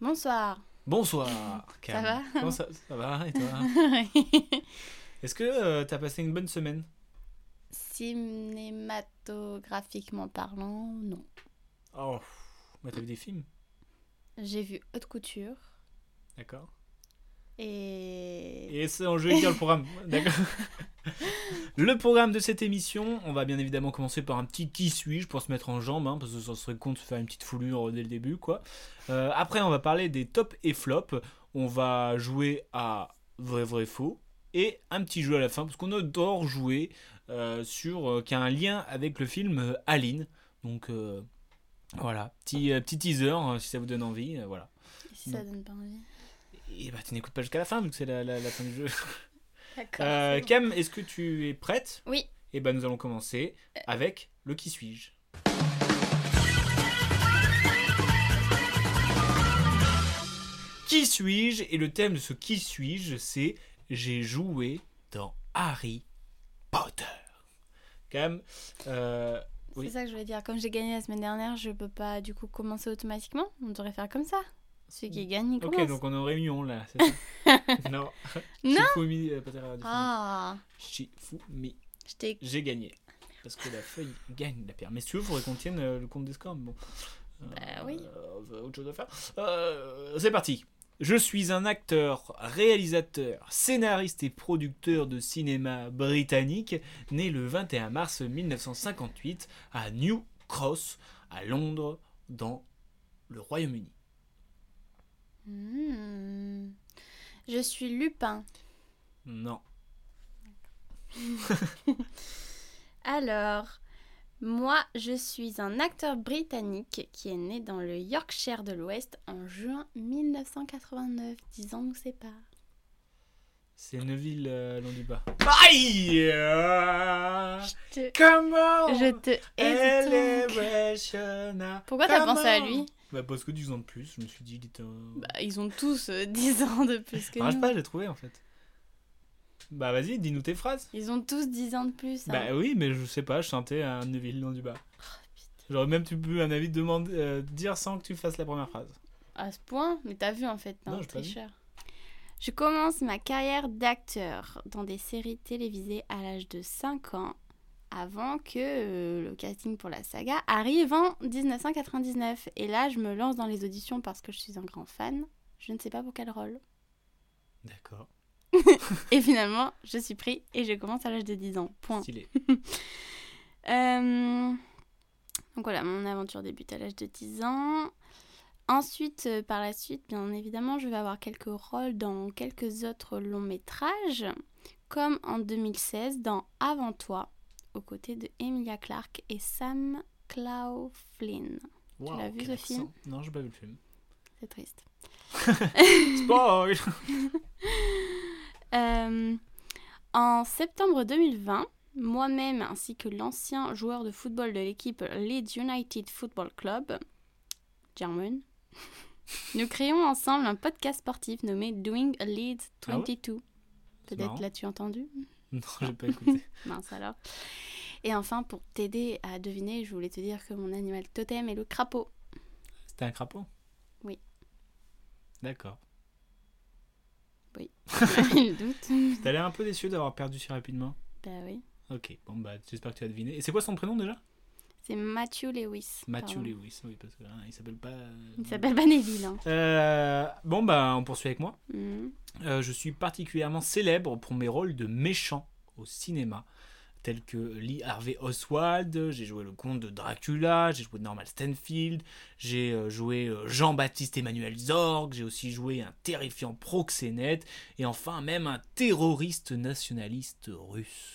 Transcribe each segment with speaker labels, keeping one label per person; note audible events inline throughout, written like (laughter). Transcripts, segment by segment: Speaker 1: Bonsoir.
Speaker 2: Bonsoir. Cam.
Speaker 1: va
Speaker 2: Comment ça, ça va et toi Est-ce que euh, t'as passé une bonne semaine
Speaker 1: Hum, Cinématographiquement parlant, non.
Speaker 2: Oh, bah t'as vu des films,
Speaker 1: J'ai vu Haute Couture
Speaker 2: d'accord.
Speaker 1: et...
Speaker 2: Et c'est en jeu dire le programme, d'accord. Le programme de cette émission, on va bien évidemment commencer par un petit qui suis-je pour se mettre en jambe, hein, parce que ça serait con de se faire une petite foulure dès le début, quoi. Euh, après, on va parler des tops et flops. On va jouer à vrai, vrai, faux et un petit jeu à la fin, parce qu'on adore jouer euh, sur euh, qui a un lien avec le film euh, Aline. Donc euh, voilà, petit, euh, petit teaser euh, si ça vous donne envie, euh, voilà.
Speaker 1: si ça donne pas envie.
Speaker 2: Euh, Et bah tu n'écoutes pas jusqu'à la fin vu que c'est la, la- la fin du jeu.
Speaker 1: D'accord.
Speaker 2: Euh, Cam, est-ce que tu es prête
Speaker 1: Oui. Euh.
Speaker 2: Et ben nous allons commencer avec le qui suis-je. Qui suis-je Et le thème de ce qui suis-je, c'est j'ai joué dans Harry Potter. Cam, euh, oui.
Speaker 1: C'est ça que je voulais dire. Comme j'ai gagné la semaine dernière, je peux pas du coup commencer automatiquement. On devrait faire comme ça. Celui qui gagne, il
Speaker 2: Mm. ok,
Speaker 1: commence.
Speaker 2: donc on est en réunion là, c'est
Speaker 1: (laughs)
Speaker 2: ça Non.
Speaker 1: Non.
Speaker 2: Shifumi, euh, pas Terra du
Speaker 1: Ah,
Speaker 2: Fumi. Shifumi.
Speaker 1: je t'ai...
Speaker 2: J'ai gagné. Parce que la feuille gagne la pierre. Mais si tu veux, il faudrait qu'on tienne euh, le compte des scores. mais Bon.
Speaker 1: Bah oui.
Speaker 2: Euh, on a autre chose à faire. Euh, c'est parti. Je suis un acteur, réalisateur, scénariste et producteur de cinéma britannique, né le 21 mars 1958 à New Cross, à Londres, dans le Royaume-Uni.
Speaker 1: Hmm. Je suis Lupin.
Speaker 2: Non.
Speaker 1: Alors, moi, je suis un acteur britannique qui est né dans le Yorkshire de l'Ouest en juin 1989. Disons nous c'est pas.
Speaker 2: C'est Neuville euh, Londuba. Aïe euh,
Speaker 1: Je te,
Speaker 2: Comment
Speaker 1: je te hais de ton-
Speaker 2: Elevationa.
Speaker 1: Pourquoi t'as
Speaker 2: Comment
Speaker 1: pensé à lui
Speaker 2: Bah parce que 10 ans de plus, je me suis dit il était un...
Speaker 1: Bah, ils ont tous euh, (laughs) 10 ans de plus que
Speaker 2: Arrache
Speaker 1: nous.
Speaker 2: pas, j'ai trouvé en fait. Bah vas-y, dis-nous tes phrases.
Speaker 1: Ils ont tous 10 ans de plus. hein.
Speaker 2: Bah oui, mais je sais pas, je chantais un Neville dans du bas.
Speaker 1: Oh,
Speaker 2: J'aurais même tu peux un avis demander, euh, dire sans que tu fasses la première phrase.
Speaker 1: À ce point, mais t'as vu en fait, t'es
Speaker 2: Non,
Speaker 1: un
Speaker 2: j'ai pas vu.
Speaker 1: tricheur. Je commence ma carrière d'acteur dans des séries télévisées à l'âge de 5 ans, avant que euh, le casting pour la saga arrive en 1999. Et là, je me lance dans les auditions parce que je suis un grand fan. Je ne sais pas pour quel rôle.
Speaker 2: D'accord.
Speaker 1: Et finalement, je suis pris et je commence à l'âge de 10 ans. Point. (laughs)
Speaker 2: Stylé.
Speaker 1: Euh, Donc voilà, mon aventure débute à l'âge de 10 ans. Ensuite, euh, par la suite, bien évidemment, je vais avoir quelques rôles dans quelques autres longs métrages, comme en 2016 dans Avant toi, aux côtés de Emilia Clarke et Sam Claflin.
Speaker 2: Waouh,
Speaker 1: l'as vu,
Speaker 2: quel
Speaker 1: ce
Speaker 2: accent.
Speaker 1: film
Speaker 2: Non, j'ai pas vu le
Speaker 1: (laughs)
Speaker 2: film.
Speaker 1: C'est triste.
Speaker 2: Spoil
Speaker 1: Euh, en septembre 2020, moi-même ainsi que l'ancien joueur de football de l'équipe Leeds United Football Club, German, (laughs) nous créons ensemble un podcast sportif nommé Doing a Leeds
Speaker 2: Ah ouais
Speaker 1: 22.
Speaker 2: C'est
Speaker 1: Peut-être
Speaker 2: marrant.
Speaker 1: l'as-tu entendu
Speaker 2: (laughs) Non, j'ai pas écouté.
Speaker 1: Mince alors. Et enfin, pour t'aider à deviner, je voulais te dire que mon animal totem est
Speaker 2: (laughs)
Speaker 1: le crapaud.
Speaker 2: C'était un crapaud
Speaker 1: Oui.
Speaker 2: D'accord.
Speaker 1: Il
Speaker 2: (laughs)
Speaker 1: doute.
Speaker 2: T'as l'air un peu déçu d'avoir perdu si rapidement.
Speaker 1: bah oui.
Speaker 2: Ok, bon bah j'espère que tu as deviné. Et c'est quoi son prénom déjà
Speaker 1: C'est Matthew Lewis.
Speaker 2: Matthew
Speaker 1: pardon.
Speaker 2: Lewis, oui, parce que hein, il s'appelle pas. euh,
Speaker 1: Il s'appelle pas Neville. hein.
Speaker 2: Euh, bon, bah, on poursuit avec moi.
Speaker 1: Mhm.
Speaker 2: Euh, je suis particulièrement célèbre pour mes rôles de méchants au cinéma, tels que Lee Harvey Oswald, j'ai joué le comte de Dracula, j'ai joué Norman Stanfield, j'ai euh, joué euh, Jean-Baptiste Emmanuel Zorg, j'ai aussi joué un terrifiant proxénète, et enfin même un terroriste nationaliste russe.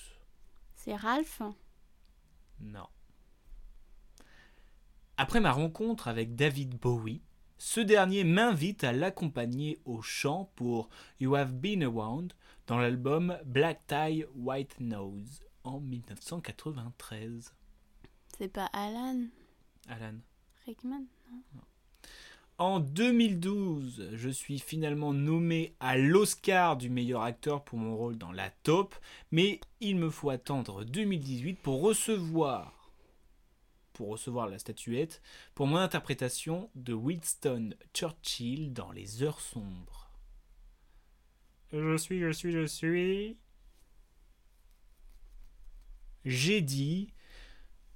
Speaker 1: C'est Ralph.
Speaker 2: Non. Après ma rencontre avec David Bowie, Ce dernier m'invite à l'accompagner au chant pour You Have Been Around dans l'album Black Tie White Nose en 1993.
Speaker 1: C'est pas Alan
Speaker 2: Alan.
Speaker 1: Rickman
Speaker 2: En 2012, je suis finalement nommé à l'Oscar du meilleur acteur pour mon rôle dans La Taupe, mais il me faut attendre 2018 pour recevoir pour recevoir la statuette pour mon interprétation de Winston Churchill dans Les heures sombres. Je suis, je suis, je suis. J'ai dit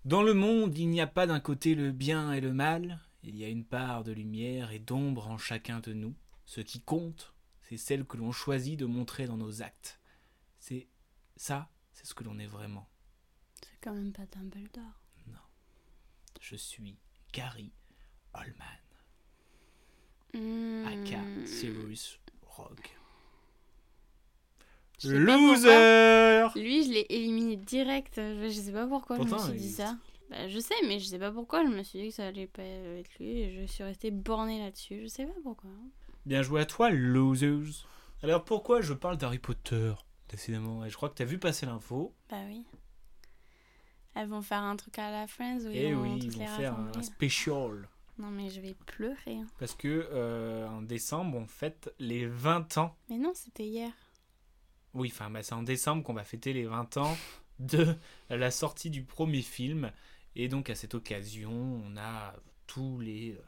Speaker 2: dans le monde, il n'y a pas d'un côté le bien et le mal, il y a une part de lumière et d'ombre en chacun de nous. Ce qui compte, c'est celle que l'on choisit de montrer dans nos actes. C'est ça, c'est ce que l'on est vraiment.
Speaker 1: C'est quand même pas Dumbledore.
Speaker 2: Je suis Gary Holman,
Speaker 1: Hmm.
Speaker 2: aka Sirius Rogue.
Speaker 1: Je sais pas
Speaker 2: Loser
Speaker 1: pourquoi. Lui, je l'ai éliminé direct. Je je sais pas pourquoi
Speaker 2: Pourtant,
Speaker 1: je me suis dit
Speaker 2: il-
Speaker 1: ça. Bah, je sais, mais je sais pas pourquoi. Je me suis dit que ça allait pas être lui. Et je suis restée bornée là-dessus. Je sais pas pourquoi.
Speaker 2: Bien joué à toi, losers. Alors pourquoi je parle d'Harry Potter Décidément, Et je crois que t'as vu passer l'info.
Speaker 1: Bah oui. Elles vont faire un truc à la Friends où
Speaker 2: Et
Speaker 1: ils vont
Speaker 2: Eh oui,
Speaker 1: toutes
Speaker 2: ils
Speaker 1: les
Speaker 2: vont faire un-
Speaker 1: rassembler.
Speaker 2: un special.
Speaker 1: Non mais je vais pleurer. hein.
Speaker 2: Parce que euh, en décembre, on fête les 20 ans.
Speaker 1: Mais non, c'était hier.
Speaker 2: Oui, enfin, bah, c'est en décembre qu'on va fêter les 20 ans de la sortie du premier film. Et donc, à cette occasion, on a tous les, euh,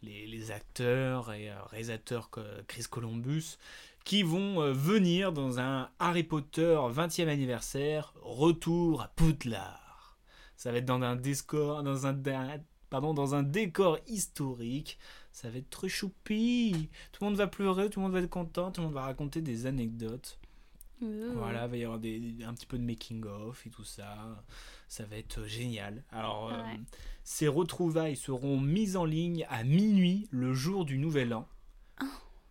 Speaker 2: les, les acteurs et euh, réalisateurs que Chris Columbus qui vont euh, venir dans un Harry Potter 20e anniversaire, retour à Poudlard. Ça va être dans un décor, dans un, da- pardon, dans un décor historique. Ça va être très choupi. Tout le monde va pleurer, tout le monde va être content, tout le monde va raconter des anecdotes.
Speaker 1: Euh,
Speaker 2: Voilà, il va y avoir des, des- un petit peu de making-of et tout ça. Ça va être euh, génial. Alors, euh,
Speaker 1: Ouais.
Speaker 2: ces retrouvailles seront mises en ligne à minuit le jour du Nouvel An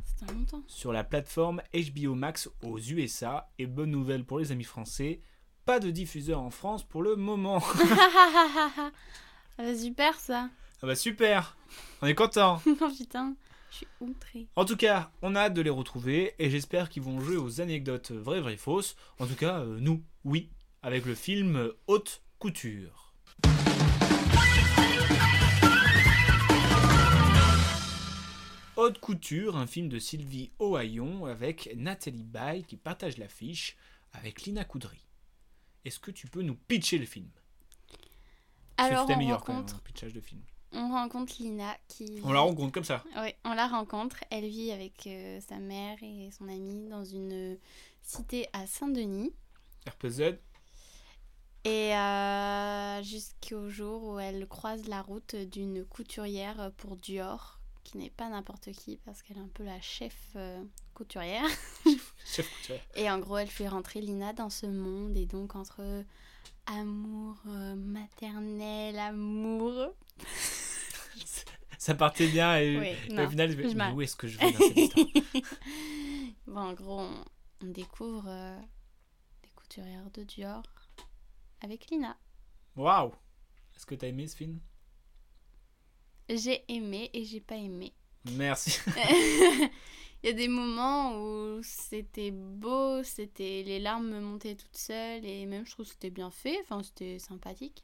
Speaker 1: C'était (laughs) longtemps.
Speaker 2: sur la plateforme HBO Max aux USA. Et bonne nouvelle pour les amis français, pas de diffuseur en France pour le moment. (laughs)
Speaker 1: ah bah, super ça. (laughs)
Speaker 2: ah bah super, on est content.
Speaker 1: non putain, je suis outrée.
Speaker 2: En tout cas, on a hâte de les retrouver et j'espère qu'ils vont jouer aux anecdotes vraies, vraies, fausses. En tout cas, euh, nous, oui, avec le film euh, Haute Couture. Haute Couture, un film de Sylvie Ohayon avec Nathalie Baye qui partage l'affiche avec Lina Coudry. Est-ce que tu peux nous pitcher le film Parce que
Speaker 1: Alors
Speaker 2: c'était
Speaker 1: on
Speaker 2: meilleur quand même,
Speaker 1: rencontre,
Speaker 2: hein, le pitchage de film.
Speaker 1: on rencontre Lina qui.
Speaker 2: On la rencontre comme ça.
Speaker 1: Ouais, on la rencontre. Elle vit avec euh, sa mère et son amie dans une euh, cité à Saint-Denis.
Speaker 2: RPZ,
Speaker 1: Et euh, jusqu'au jour où elle croise la route d'une couturière pour Dior, qui n'est pas n'importe qui, parce qu'elle est un peu la chef euh, couturière.
Speaker 2: chef
Speaker 1: (laughs)
Speaker 2: couture.
Speaker 1: Et en gros, elle fait rentrer Lina dans ce monde, et donc entre amour euh, maternel, amour...
Speaker 2: Ça partait bien et
Speaker 1: Oui,
Speaker 2: et
Speaker 1: non,
Speaker 2: au final, je vais-
Speaker 1: je
Speaker 2: mais
Speaker 1: m'arrête.
Speaker 2: où est-ce que je vais dans cette
Speaker 1: (laughs)
Speaker 2: histoire
Speaker 1: bon, en gros, on, on découvre euh, des couturières de Dior avec Lina.
Speaker 2: Waouh Est-ce que t'as aimé ce film
Speaker 1: J'ai aimé et j'ai pas aimé. (laughs)
Speaker 2: Merci.
Speaker 1: Il y a des moments où c'était beau, c'était les larmes me montaient toutes seules et même je trouve que c'était bien fait, enfin c'était sympathique.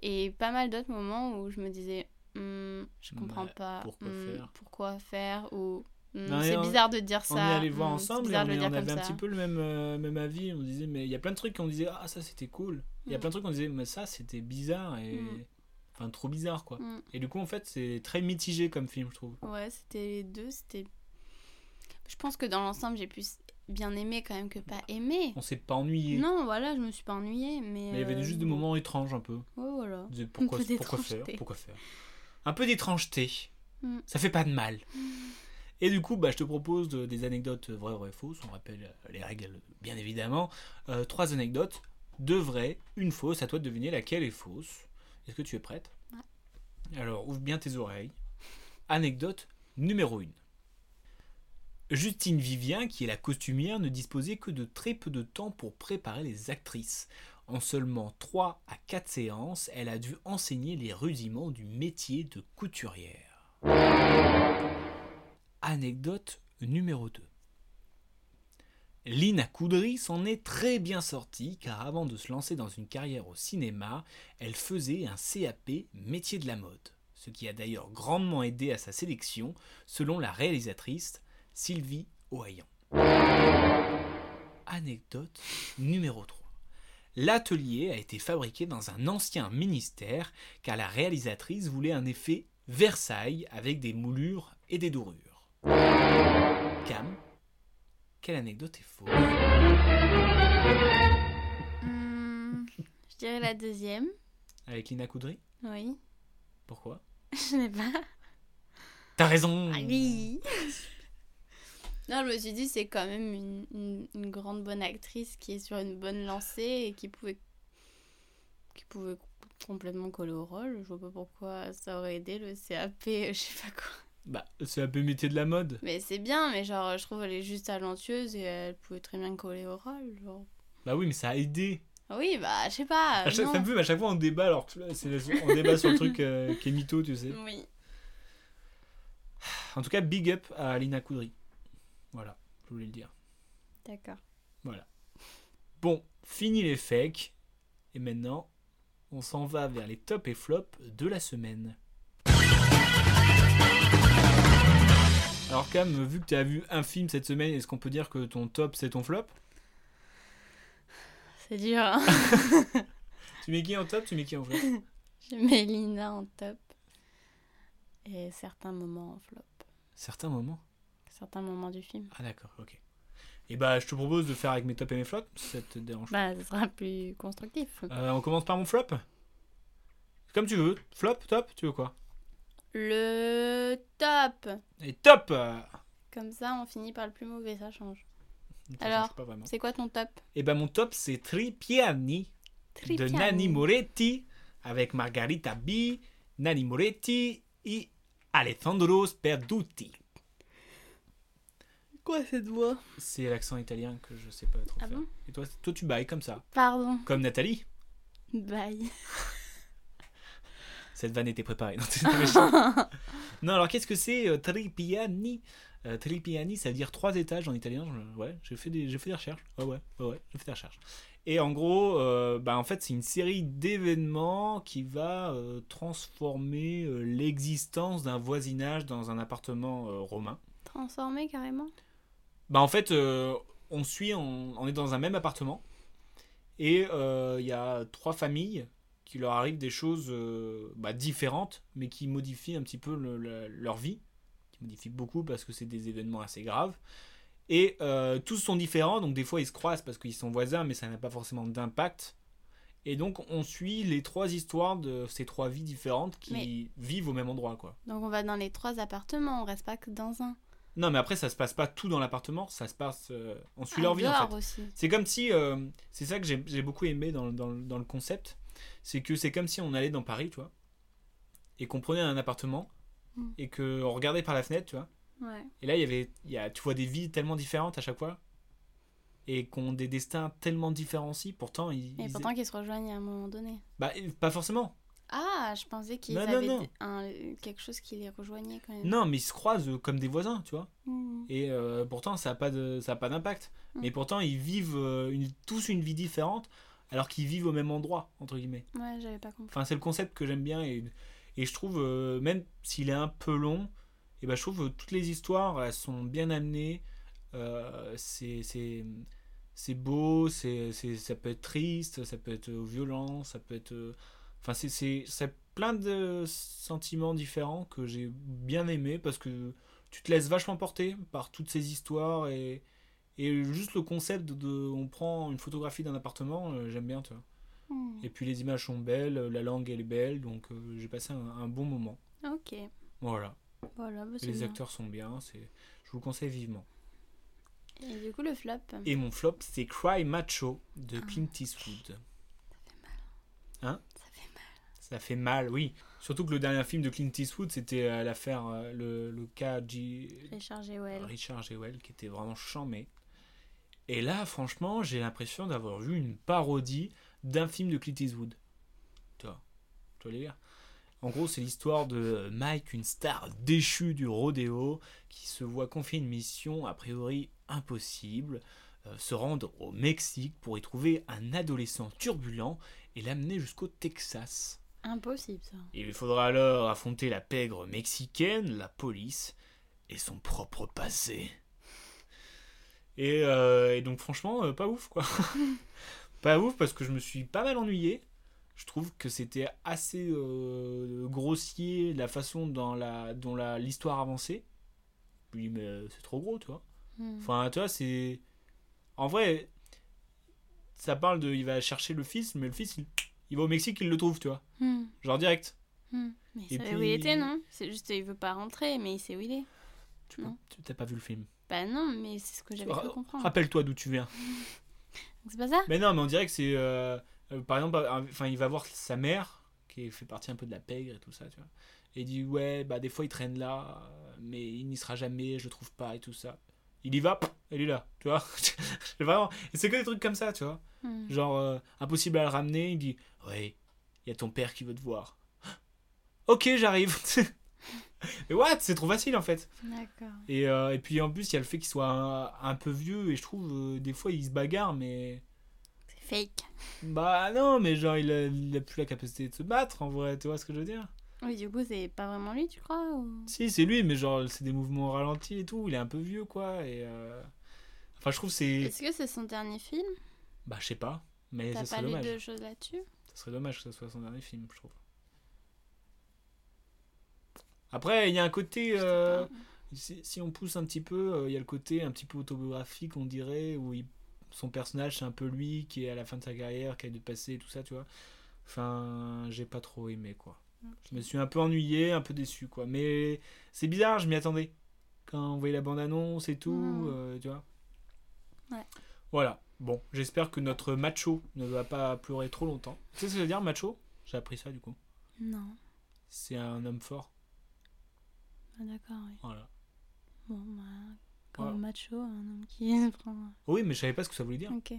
Speaker 1: Et pas mal d'autres moments où je me disais Hum, je comprends
Speaker 2: Bah,
Speaker 1: pas
Speaker 2: pourquoi
Speaker 1: Hum,
Speaker 2: faire
Speaker 1: pourquoi faire ou Hum,
Speaker 2: Non, mais
Speaker 1: c'est
Speaker 2: on-
Speaker 1: bizarre de dire ça.
Speaker 2: on est allé voir
Speaker 1: Hum, c'est
Speaker 2: ensemble et on,
Speaker 1: bizarre de
Speaker 2: est-
Speaker 1: le
Speaker 2: on
Speaker 1: dire
Speaker 2: avait
Speaker 1: comme
Speaker 2: un
Speaker 1: ça.
Speaker 2: petit peu le même, euh, même avis. On disait, mais il y a plein de trucs qu'on disait, ah ça c'était cool. Il y a
Speaker 1: Mm.
Speaker 2: plein de trucs qu'on disait, mais ça c'était bizarre et.
Speaker 1: Mm.
Speaker 2: Enfin, trop bizarre quoi.
Speaker 1: Hum,
Speaker 2: Et du coup, en fait, c'est très mitigé comme film, je trouve.
Speaker 1: Ouais, c'était les deux, c'était. Je pense que dans l'ensemble j'ai plus bien aimé quand même que pas aimé.
Speaker 2: On s'est pas ennuyé.
Speaker 1: Non, voilà, je me suis pas ennuyée, mais.
Speaker 2: Mais il y avait
Speaker 1: euh,
Speaker 2: juste des moments étranges un peu.
Speaker 1: Ouais, voilà.
Speaker 2: (laughs) On disait, pourquoi,
Speaker 1: peu
Speaker 2: pourquoi faire
Speaker 1: d'étrangeté.
Speaker 2: Pourquoi faire Un peu d'étrangeté.
Speaker 1: Mm.
Speaker 2: Ça fait pas de mal. Et du coup, bah, je te propose de- des anecdotes vraies, vraies, fausses. On rappelle euh, les règles, bien évidemment. Euh, trois anecdotes, deux vraies, une fausse. À toi de deviner laquelle est fausse. Est-ce que tu es prête Alors, ouvre bien tes oreilles. Anecdote numéro 1. Justine Vivien, qui est la costumière, ne disposait que de très peu de temps pour préparer les actrices. En seulement 3 à 4 séances, elle a dû enseigner les rudiments du métier de couturière. Anecdote numéro 2. Lina Coudry s'en est très bien sortie car avant de se lancer dans une carrière au cinéma, elle faisait un CAP métier de la mode, ce qui a d'ailleurs grandement aidé à sa sélection selon la réalisatrice Sylvie Ohayan. Anecdote numéro 3. L'atelier a été fabriqué dans un ancien ministère car la réalisatrice voulait un effet Versailles avec des moulures et des dorures. Cam, quelle anecdote est fausse
Speaker 1: Hmm, je dirais la deuxième.
Speaker 2: Avec Lina Coudry
Speaker 1: Oui. (laughs)
Speaker 2: Pourquoi
Speaker 1: Je n'ai pas.
Speaker 2: T'as raison
Speaker 1: Ah Oui. Non, je me suis dit, c'est quand même une, une- une grande bonne actrice qui est sur une bonne lancée et qui pouvait, qui pouvait complètement coller au rôle. Je vois pas pourquoi ça aurait aidé le CAP, (laughs) je sais pas quoi.
Speaker 2: Bah, c'est un peu métier de la mode.
Speaker 1: Mais c'est bien, mais genre, je trouve elle est juste talentueuse et elle pouvait très bien coller au rôle. genre.
Speaker 2: Bah oui, mais ça a aidé.
Speaker 1: Oui, bah, je sais pas.
Speaker 2: À chaque-
Speaker 1: non.
Speaker 2: ça me fume à chaque fois on débat alors que là, c'est on débat sur le truc euh, qui est mytho, tu
Speaker 1: (laughs)
Speaker 2: sais.
Speaker 1: Oui.
Speaker 2: En tout cas, big up à Lina Coudry. Voilà, je voulais le dire.
Speaker 1: D'accord.
Speaker 2: Bon, fini les fakes. Et maintenant, on s'en va vers les tops et flops de la semaine. Alors Cam, vu que tu as vu un film cette semaine, est-ce qu'on peut dire que ton top c'est ton flop
Speaker 1: C'est dur, hein. (laughs)
Speaker 2: Tu mets qui en top, tu mets qui en flop
Speaker 1: Je mets Lina en top. Et certains moments en flop.
Speaker 2: Certains moments.
Speaker 1: Certains moments du film.
Speaker 2: Ah d'accord, ok. Et bah je te propose de faire avec mes tops et mes flops, si ça te dérange. pas.
Speaker 1: Bah, ce sera plus constructif.
Speaker 2: Euh, on commence par mon flop Comme tu veux. Flop, top, tu veux quoi
Speaker 1: Le top
Speaker 2: Et top euh,
Speaker 1: Comme ça, on finit par le plus mauvais, ça change.
Speaker 2: ça
Speaker 1: Alors,
Speaker 2: change pas vraiment.
Speaker 1: C'est quoi ton top
Speaker 2: Et ben mon top c'est Tripiani de
Speaker 1: Tripiani.
Speaker 2: Nanni Moretti avec Margarita B, Nanni Moretti et Alessandro Sperduti.
Speaker 1: Quoi cette voix
Speaker 2: C'est l'accent italien que je sais pas trop
Speaker 1: Ah
Speaker 2: faire.
Speaker 1: bon
Speaker 2: et toi, toi tu bailles comme ça,
Speaker 1: Pardon.
Speaker 2: comme Nathalie.
Speaker 1: Bye. (laughs)
Speaker 2: Cette vanne était préparée. (laughs) Non, t'es- t'es méchant. non alors qu'est-ce que c'est euh, Tripiani Euh, Tripiani, ça veut dire trois étages en italien. Je- ouais, j'ai fait des, j'ai fait des recherches. Ouais, ouais, ouais, ouais, j'ai fait des recherches. Et en gros, euh, bah, en fait, c'est une série d'événements qui va euh, transformer euh, l'existence d'un voisinage dans un appartement euh, romain.
Speaker 1: Transformé carrément
Speaker 2: Bah, en fait, euh, on suit, on, on est dans un même appartement et euh, il y a trois familles qui leur arrivent des choses euh, bah, différentes, mais qui modifient un petit peu le- le- leur vie, qui modifient beaucoup parce que c'est des événements assez graves. Et euh, tous sont différents, donc des fois ils se croisent parce qu'ils sont voisins, mais ça n'a pas forcément d'impact. Et donc on suit les trois histoires de ces trois vies différentes qui
Speaker 1: Mais-
Speaker 2: vivent au même endroit, quoi.
Speaker 1: Donc on va dans les trois appartements, on reste pas que dans un.
Speaker 2: Non, mais après ça se passe pas tout dans l'appartement, ça se passe, euh, on suit leur
Speaker 1: Ah,
Speaker 2: vie en fait.
Speaker 1: dehors aussi.
Speaker 2: C'est comme si, euh, c'est ça que j'ai j'ai beaucoup aimé dans, le- dans le- dans le concept, c'est que c'est comme si on allait dans Paris, tu vois, et qu'on prenait un appartement,
Speaker 1: Mm.
Speaker 2: et qu'on regardait par la fenêtre, tu vois,
Speaker 1: Ouais.
Speaker 2: et là, il y avait, il y a, tu vois des vies tellement différentes à chaque fois, et qu'on des destins tellement différenciés, pourtant, ils,
Speaker 1: Et
Speaker 2: ils-
Speaker 1: pourtant qu'ils se rejoignent à un moment donné.
Speaker 2: Bah, euh, pas forcément,
Speaker 1: Ah, je pensais qu'ils
Speaker 2: Non, non,
Speaker 1: avaient
Speaker 2: non.
Speaker 1: d- un- quelque chose qui les rejoignait quand même.
Speaker 2: non, mais ils se croisent euh, comme des voisins, tu vois,
Speaker 1: Hmm.
Speaker 2: et euh, pourtant, ça n'a pas de- ça a pas d'impact,
Speaker 1: Mm.
Speaker 2: mais pourtant, ils vivent euh, une- tous une vie différente, alors qu'ils vivent au même endroit, entre guillemets.
Speaker 1: Ouais, j'avais pas compris.
Speaker 2: Enfin, c'est le concept que j'aime bien et, et je trouve, euh, même s'il est un peu long, et ben, je trouve que toutes les histoires elles sont bien amenées. Euh, c'est- c'est c'est beau, c'est c'est- ça peut être triste, ça peut être euh, violent, ça peut être. euh, Enfin, c'est- c'est c'est plein de sentiments différents que j'ai bien aimé parce que tu te laisses vachement porter par toutes ces histoires et, et juste le concept de. On prend une photographie d'un appartement, euh, j'aime bien, tu vois.
Speaker 1: Hmm.
Speaker 2: Et puis les images sont belles, euh, la langue elle est belle, donc euh, j'ai passé un, un bon moment.
Speaker 1: Ok,
Speaker 2: Voilà.
Speaker 1: voilà, bah,
Speaker 2: Et
Speaker 1: c'est
Speaker 2: les
Speaker 1: bien.
Speaker 2: acteurs sont bien, c'est, je vous le conseille vivement.
Speaker 1: Et du coup, le flop.
Speaker 2: Et mon flop, c'est Cry Macho de Clint Eastwood.
Speaker 1: Ah.
Speaker 2: Hein
Speaker 1: Ça fait mal.
Speaker 2: Ça fait mal, oui. Surtout que le dernier film de Clint Eastwood, c'était euh, l'affaire, euh, le, le cas G-
Speaker 1: Richard Jewell.
Speaker 2: Richard Jewell, qui était vraiment chambé. Et là, franchement, j'ai l'impression d'avoir vu une parodie d'un film de Clint Eastwood. Tu vois, tu vois les En gros, c'est l'histoire de Mike, une star déchue du rodéo, qui se voit confier une mission a priori impossible, euh, se rendre au Mexique pour y trouver un adolescent turbulent et l'amener jusqu'au Texas.
Speaker 1: Impossible ça.
Speaker 2: Il lui faudra alors affronter la pègre mexicaine, la police et son propre passé. Et, euh, et donc franchement, euh, pas ouf quoi. pas ouf parce que je me suis pas mal ennuyé. Je trouve que c'était assez euh, grossier la façon dans la, dont la- l'histoire avançait. Je me dis, mais euh, c'est trop gros, tu vois.
Speaker 1: Hmm.
Speaker 2: Enfin, tu vois, c'est. En vrai, ça parle de. Il va chercher le fils, mais le fils, il, il va au Mexique, il le trouve, tu vois.
Speaker 1: Hmm.
Speaker 2: Genre direct.
Speaker 1: Hmm. Mais il
Speaker 2: Et
Speaker 1: savait où il
Speaker 2: puis-
Speaker 1: était, non C'est juste il veut pas rentrer, mais il sait où il est.
Speaker 2: Tu
Speaker 1: Non.
Speaker 2: tu- t'as pas vu le film.
Speaker 1: Bah non, mais c'est ce que j'avais
Speaker 2: Ra-
Speaker 1: cru comprendre.
Speaker 2: Rappelle-toi d'où tu viens. (laughs)
Speaker 1: C'est pas ça
Speaker 2: Mais non, mais on dirait que c'est. euh, euh, par exemple, un- enfin, il va voir sa mère, qui fait partie un peu de la pègre et tout ça, tu vois. Et il dit Ouais, bah des fois il traîne là, euh, mais il n'y sera jamais, je le trouve pas et tout ça. Il y va, pff, elle est là, tu vois. (laughs) Vraiment, et c'est que des trucs comme ça, tu vois.
Speaker 1: Hmm.
Speaker 2: Genre, euh, impossible à le ramener, il dit Ouais, il y a ton père qui veut te voir. (gasps) ok, j'arrive. (laughs) Mais what C'est trop facile en fait.
Speaker 1: D'accord.
Speaker 2: Et, euh, et puis en plus, il y a le fait qu'il soit un, un peu vieux, et je trouve, euh, des fois, il se bagarre, mais.
Speaker 1: C'est fake.
Speaker 2: Bah non, mais genre, il a, il a plus la capacité de se battre, en vrai, tu vois ce que je veux dire
Speaker 1: Oui, du coup, c'est pas vraiment lui, tu crois ou...
Speaker 2: Si, c'est lui, mais genre, c'est des mouvements ralentis et tout, il est un peu vieux, quoi, et. euh, Enfin, je trouve que c'est.
Speaker 1: Est-ce que c'est son dernier film
Speaker 2: Bah, je sais pas, mais ça
Speaker 1: T'as
Speaker 2: serait
Speaker 1: pas lu
Speaker 2: dommage.
Speaker 1: de choses là-dessus
Speaker 2: Ça serait dommage que ce soit son dernier film, je trouve. Après, il y a un côté.
Speaker 1: Je sais
Speaker 2: euh,
Speaker 1: pas.
Speaker 2: Si, si on pousse un petit peu, euh, il y a le côté un petit peu autobiographique, on dirait, où il- son personnage, c'est un peu lui qui est à la fin de sa carrière, qui a du passé et tout ça, tu vois. Enfin, j'ai pas trop aimé, quoi. Je me suis un peu ennuyé, un peu déçu, quoi. Mais c'est bizarre, je m'y attendais. Quand on voyait la bande-annonce et tout,
Speaker 1: Mhm.
Speaker 2: euh, tu vois.
Speaker 1: Ouais.
Speaker 2: Voilà. Bon, j'espère que notre macho ne va pas pleurer trop longtemps. Tu sais ce que ça veut dire, macho J'ai appris ça, du coup.
Speaker 1: Non.
Speaker 2: C'est un homme fort.
Speaker 1: Ah, D'accord, oui.
Speaker 2: Voilà.
Speaker 1: Bon, bah, comme
Speaker 2: Voilà.
Speaker 1: macho, un homme qui (laughs) se prend.
Speaker 2: Oui, mais je savais pas ce que ça voulait dire.
Speaker 1: Ok.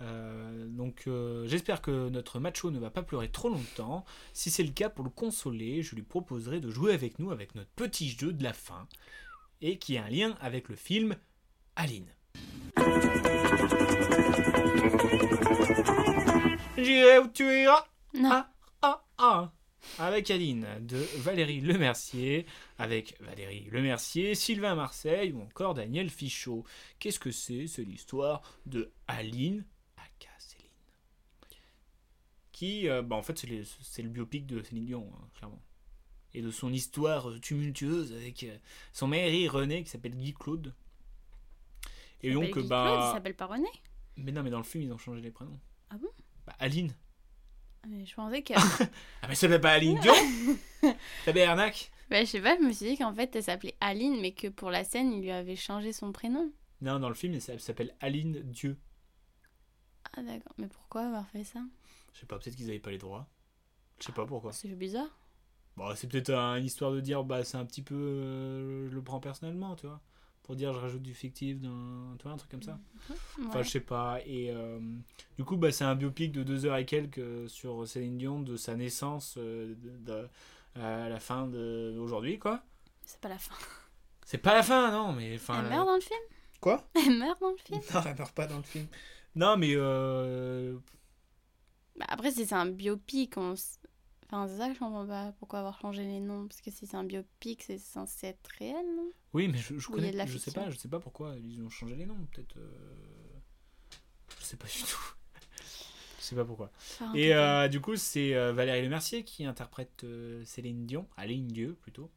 Speaker 2: Euh, donc euh, j'espère que notre macho ne va pas pleurer trop longtemps. Si c'est le cas, pour le consoler, je lui proposerai de jouer avec nous avec notre petit jeu de la fin et qui a un lien avec le film Aline. J'irai où tu iras.
Speaker 1: Non.
Speaker 2: Ah, ah, ah. Avec Aline de Valérie Lemercier, avec Valérie Lemercier, Sylvain Marseille ou encore Daniel Fichot. Qu'est-ce que c'est C'est l'histoire de Aline, aka Céline. Qui, euh, bah, en fait, c'est les- c'est le biopic de Céline Dion, hein, clairement. Et de son histoire euh, tumultueuse avec euh, son mari René qui s'appelle Guy Claude. Et
Speaker 1: Il
Speaker 2: donc,
Speaker 1: s'appelle Guy
Speaker 2: euh, bah.
Speaker 1: Claude, il s'appelle pas René.
Speaker 2: Mais non, mais dans le film, ils ont changé les prénoms.
Speaker 1: Ah bon
Speaker 2: Bah, Aline.
Speaker 1: Ah, Mais je pensais que. (laughs)
Speaker 2: Ah, mais ça s'appelle pas Aline Dion Tabernacle
Speaker 1: bah, je sais pas, je me suis dit qu'en fait, elle s'appelait Aline, mais que pour la scène, il lui avait changé son prénom.
Speaker 2: Non, dans le film, ça s'appelle Aline Dieu.
Speaker 1: Ah, d'accord. Mais pourquoi avoir fait ça
Speaker 2: Je sais pas, peut-être qu'ils avaient pas les droits. Je sais pas pourquoi.
Speaker 1: C'est bizarre.
Speaker 2: Bon, c'est peut-être un- une histoire de dire, bah, c'est un petit peu. euh, je le prends personnellement, tu vois. Pour dire, je rajoute du fictif, dans, tu vois, un truc comme ça. Enfin,
Speaker 1: Ouais.
Speaker 2: je sais pas. Et euh, du coup, bah, c'est un biopic de deux heures et quelques euh, sur Céline Dion, de sa naissance euh, de- de- à la fin de- d'aujourd'hui, quoi.
Speaker 1: C'est pas la fin.
Speaker 2: C'est pas la fin, non, mais enfin.
Speaker 1: Elle meurt dans le film (laughs)
Speaker 2: Quoi
Speaker 1: Elle meurt dans le Ah, film
Speaker 2: Non, elle meurt pas dans le film. Non, mais euh,
Speaker 1: Bah, Après, si c'est un biopic, on... s- enfin, c'est ça que je comprends pas. Pourquoi avoir changé les noms Parce que si c'est un biopic, c'est censé être réel, non
Speaker 2: oui, mais je, je
Speaker 1: Oui, il y a de
Speaker 2: connais.
Speaker 1: la
Speaker 2: Je sais
Speaker 1: fiction.
Speaker 2: pas, je sais pas pourquoi ils ont changé les noms. Peut-être. euh, Je sais pas du tout. (laughs) je sais pas pourquoi.
Speaker 1: Enfin, en tout
Speaker 2: Et
Speaker 1: cas,
Speaker 2: euh, du coup, c'est euh, Valérie Lemercier qui interprète euh, Céline Dion, Aline Dieu plutôt.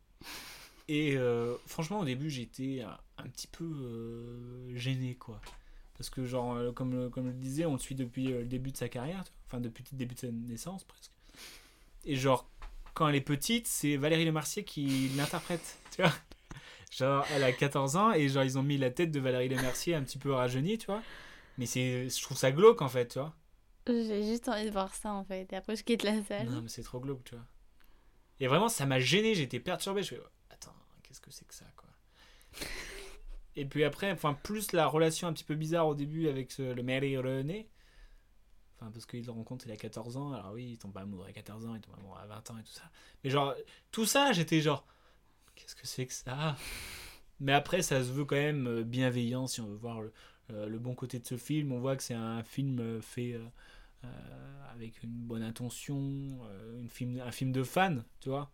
Speaker 2: Et euh, franchement, au début, j'étais un, un petit peu euh, gêné, quoi. Parce que, genre, euh, comme, le- comme je le disais, on le suit depuis euh, le début de sa carrière, tu vois. enfin, depuis le début de sa naissance presque. Et genre, quand elle est petite, c'est Valérie Lemercier qui l'interprète, tu vois. Genre, elle a 14 ans et genre, ils ont mis la tête de Valérie Lemercier un petit peu rajeunie, tu vois. Mais c'est, je trouve ça glauque, en fait, tu vois.
Speaker 1: J'ai juste envie de voir ça, en fait. Et après, je quitte la salle.
Speaker 2: euh, Non, mais c'est trop glauque, tu vois. Et vraiment, ça m'a gêné, j'étais perturbé. Je fais, attends, qu'est-ce que c'est que ça, quoi Et puis après, enfin, plus la relation un petit peu bizarre au début avec ce- le mari René. Enfin, Enfin, parce qu'il le rencontre, il a 14 ans. Alors oui, il tombe pas amoureux à 14 ans, il tombe amoureux à 20 ans et tout ça. Mais genre, tout ça, j'étais genre, qu'est-ce que c'est que ça Mais après, ça se veut quand même euh, bienveillant si on veut voir le, euh, le bon côté de ce film. On voit que c'est un film euh, fait euh, euh, avec une bonne intention, euh, une film, un film de fan, tu vois.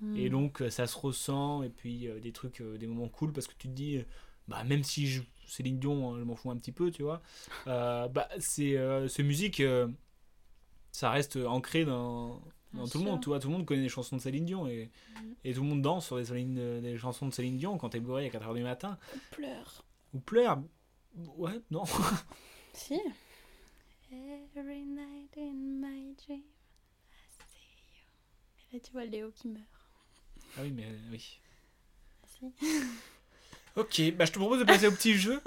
Speaker 1: Hmm. Mm.
Speaker 2: Et donc, euh, ça se ressent, et puis euh, des trucs, euh, des moments cool, parce que tu te dis, euh, bah, même si je, Céline Dion, hein, je m'en fous un petit peu, tu vois,
Speaker 1: (laughs)
Speaker 2: euh, bah, c'est, euh, ces musiques, euh, ça reste ancré dans, dans
Speaker 1: Bien
Speaker 2: tout le monde,
Speaker 1: sûr.
Speaker 2: tu vois, tout le monde connaît les chansons de Céline Dion, et,
Speaker 1: Mhm.
Speaker 2: et tout le monde danse sur des, Céline- euh, des chansons de Céline Dion quand t'es bourré à 4h du matin,
Speaker 1: pleure.
Speaker 2: ou pleure. Ouais, non.
Speaker 1: Si. Every night in my dream, I see you. Et là, tu vois Léo qui meurt.
Speaker 2: ah oui, mais euh, oui.
Speaker 1: Si.
Speaker 2: (laughs) Ok, bah, je te propose de passer au petit jeu.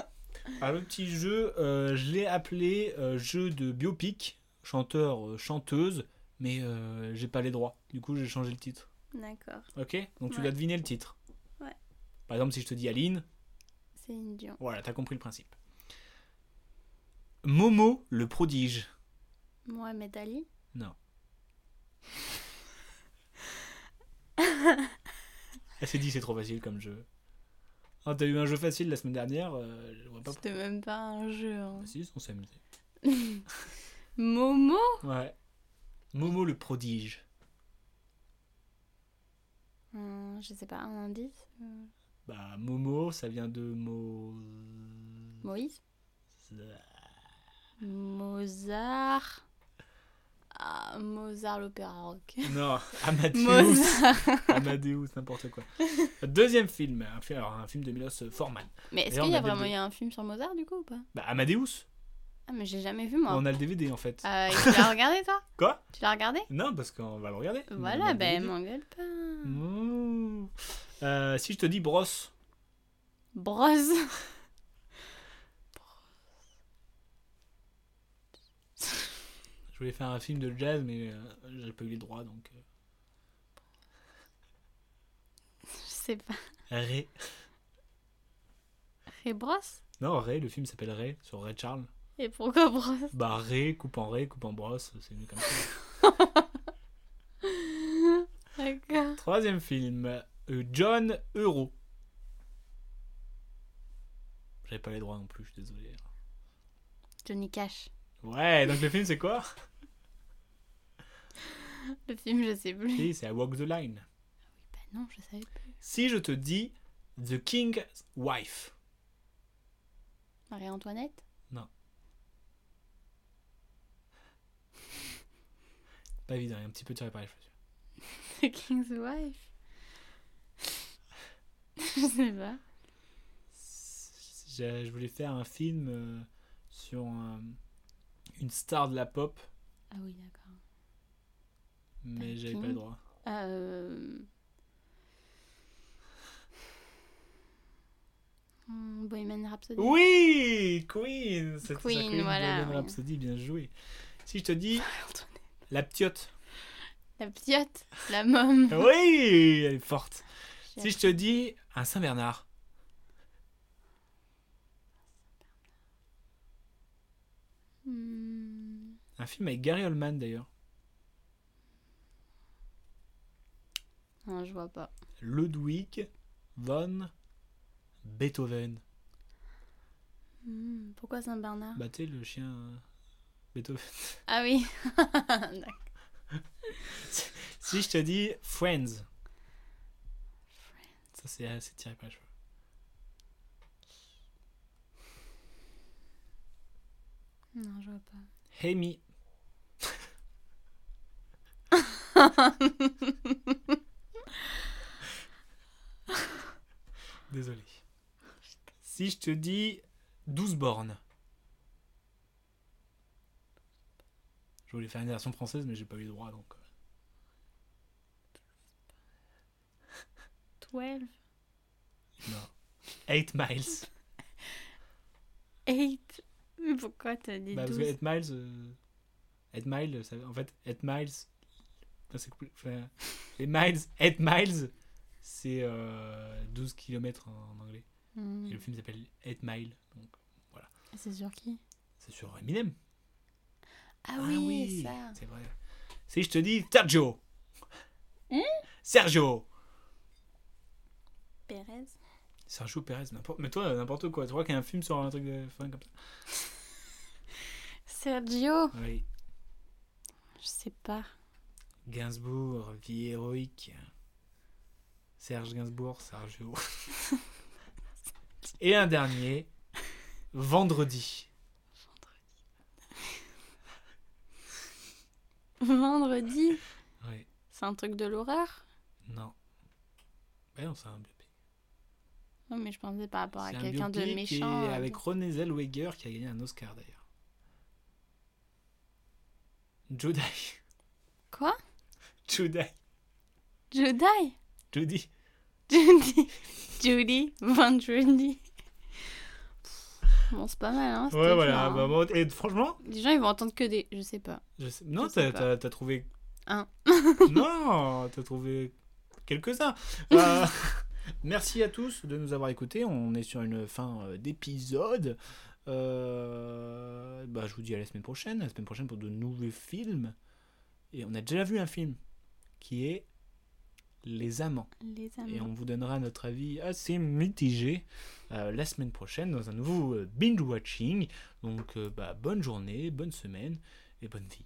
Speaker 2: Alors, le petit jeu, euh, je l'ai appelé euh, jeu de biopic, chanteur, euh, chanteuse, mais euh, j'ai pas les droits. Du coup, j'ai changé le titre.
Speaker 1: D'accord.
Speaker 2: Ok Donc, tu
Speaker 1: Ouais.
Speaker 2: dois deviner le titre.
Speaker 1: Ouais.
Speaker 2: Par exemple, si je te dis Aline,
Speaker 1: C'est une Dion.
Speaker 2: voilà, t'as compris le principe. Momo le prodige.
Speaker 1: Mohamed Ali.
Speaker 2: Elle s'est dit, Ah, c'est trop facile comme jeu. Ah, t'as eu un jeu facile la semaine dernière, euh, je vois pas pourquoi.
Speaker 1: C'était même pas un jeu. hein.
Speaker 2: Si, on s'est amusé.
Speaker 1: Momo
Speaker 2: Ouais. Momo le prodige.
Speaker 1: Hum, Je sais pas, un indice euh,
Speaker 2: Bah, Momo, ça vient de Mo.
Speaker 1: Moïse Mozart. Ah, Mozart l'opéra
Speaker 2: (laughs)
Speaker 1: rock.
Speaker 2: Non, Amadeus.
Speaker 1: Mozart.
Speaker 2: Amadeus, n'importe quoi. Deuxième film, un film, alors, un film de Milos Forman.
Speaker 1: Mais est-ce
Speaker 2: D'ailleurs,
Speaker 1: qu'il y
Speaker 2: on a
Speaker 1: a vraiment
Speaker 2: des-
Speaker 1: eu un film sur Mozart du coup ou pas
Speaker 2: Bah, Amadeus.
Speaker 1: Ah, mais j'ai jamais vu moi.
Speaker 2: On a le DVD en fait.
Speaker 1: Euh, et tu l'as regardé toi
Speaker 2: Quoi
Speaker 1: Tu l'as regardé
Speaker 2: Non, parce qu'on va le regarder. Mais on a
Speaker 1: Voilà,
Speaker 2: le
Speaker 1: ben
Speaker 2: DVD.
Speaker 1: m'engueule pas.
Speaker 2: Mmh. Euh, si je te dis brosse,
Speaker 1: Brosse.
Speaker 2: je voulais faire un film de jazz, mais euh, j'ai pas eu les droits donc. euh,
Speaker 1: Je sais pas.
Speaker 2: Ray.
Speaker 1: Et brosse
Speaker 2: Non, Ray, le film s'appelle Ray, sur Ray Charles.
Speaker 1: Et pourquoi brosse
Speaker 2: Bah, Ray, coupe en Ray, coupe en brosse, c'est mieux comme ça.
Speaker 1: D'accord.
Speaker 2: Troisième film, euh, John Euro. J'avais pas les droits non plus, je suis désolé.
Speaker 1: Johnny Cash.
Speaker 2: Ouais, donc le film c'est
Speaker 1: (laughs)
Speaker 2: quoi
Speaker 1: Le film, je sais plus.
Speaker 2: Si, c'est I Walk the Line.
Speaker 1: Bah non, je savais plus.
Speaker 2: Si je te dis The King's Wife,
Speaker 1: Marie-Antoinette
Speaker 2: pas évident, il y a un petit peu tiré par les cheveux. celui-là.
Speaker 1: (laughs) The King's Wife Je sais pas.
Speaker 2: Je, je voulais faire un film euh, sur un- une star de la pop,
Speaker 1: Ah oui, d'accord.
Speaker 2: mais
Speaker 1: The
Speaker 2: j'avais pas
Speaker 1: King.
Speaker 2: les droits.
Speaker 1: Euh... hmm, Bohemian Rhapsody
Speaker 2: Oui, Queen, c'était sa
Speaker 1: Queen, voilà,
Speaker 2: Bohemian
Speaker 1: oui.
Speaker 2: Rhapsody, bien joué. Si je te dis
Speaker 1: (laughs) Antoinette.
Speaker 2: La Ptiote.
Speaker 1: La piotte La môme
Speaker 2: Oui, elle est forte. Ah
Speaker 1: J'ai
Speaker 2: Si je te dis un Saint-Bernard,
Speaker 1: Hmm,
Speaker 2: un film avec Gary Oldman d'ailleurs,
Speaker 1: Non, je vois pas.
Speaker 2: Ludwig von Beethoven.
Speaker 1: Hmm, Pourquoi Saint-Bernard
Speaker 2: Bah tu sais, le chien euh, Beethoven.
Speaker 1: Ah oui D'accord.
Speaker 2: Si je te dis Friends, ça c'est euh, c'est tiré par les cheveux.
Speaker 1: Non, je vois pas.
Speaker 2: Hey
Speaker 1: (laughs)
Speaker 2: Me. Désolé. Si je te dis 12 bornes. Je voulais faire une version française, mais j'ai pas eu le droit donc. euh,
Speaker 1: 12
Speaker 2: Non. 8
Speaker 1: (laughs)
Speaker 2: miles.
Speaker 1: 8 Mais pourquoi t'as dit
Speaker 2: Bah, parce
Speaker 1: 12
Speaker 2: que 8 miles. euh, 8 miles, ça- en fait, 8 miles. enfin, c'est cool, enfin, les miles, 8 miles, c'est euh, 12 km en anglais.
Speaker 1: Hmm,
Speaker 2: Et le film s'appelle 8 Mile. Donc,
Speaker 1: C'est sur qui
Speaker 2: c'est sur Eminem.
Speaker 1: Ah oui, ça.
Speaker 2: c'est vrai. Si je te dis Sergio.
Speaker 1: Hein
Speaker 2: Sergio.
Speaker 1: Pérez.
Speaker 2: Sergio Pérez, n'importe. Mais toi, n'importe quoi. Tu crois qu'il y a un film sur un truc de fin comme ça
Speaker 1: Sergio.
Speaker 2: Oui.
Speaker 1: Je sais pas. (laughs)
Speaker 2: Gainsbourg, vie héroïque. Serge Gainsbourg, Sergio. Et un dernier, vendredi.
Speaker 1: Vendredi.
Speaker 2: Oui,
Speaker 1: C'est un truc de l'horreur.
Speaker 2: non. Ben non, c'est un biopic.
Speaker 1: Non, mais je pensais par rapport à
Speaker 2: C'est un
Speaker 1: quelqu'un de
Speaker 2: biopic
Speaker 1: méchant.
Speaker 2: et
Speaker 1: euh,
Speaker 2: avec
Speaker 1: de-
Speaker 2: René Zellweger qui a gagné un Oscar d'ailleurs. (laughs) Judy.
Speaker 1: Quoi
Speaker 2: Judy.
Speaker 1: Jedi. (laughs)
Speaker 2: Judy.
Speaker 1: Ah, Judy. Judy. Vendredi. Bon, c'est pas mal, hein. c'était
Speaker 2: Ouais, voilà.
Speaker 1: dur,
Speaker 2: bah,
Speaker 1: hein.
Speaker 2: moi, et franchement,
Speaker 1: Les gens, ils vont entendre que des. Je sais pas.
Speaker 2: je sais- non,
Speaker 1: Je sais
Speaker 2: t'as-
Speaker 1: pas.
Speaker 2: t'as t'as trouvé.
Speaker 1: Un.
Speaker 2: (laughs)
Speaker 1: (laughs)
Speaker 2: non, t'as trouvé
Speaker 1: (laughs)
Speaker 2: quelques-uns. Euh, merci à tous de nous avoir écoutés. On est sur une fin euh, d'épisode. Euh, bah, je vous dis à la semaine prochaine. À la semaine prochaine pour de nouveaux films. Et on a déjà vu un film qui est Les Amants.
Speaker 1: Les
Speaker 2: Et
Speaker 1: amants.
Speaker 2: on vous donnera notre avis assez mitigé euh, la semaine prochaine dans un nouveau euh, binge watching. Donc euh, bah, bonne journée, bonne semaine et bonne vie.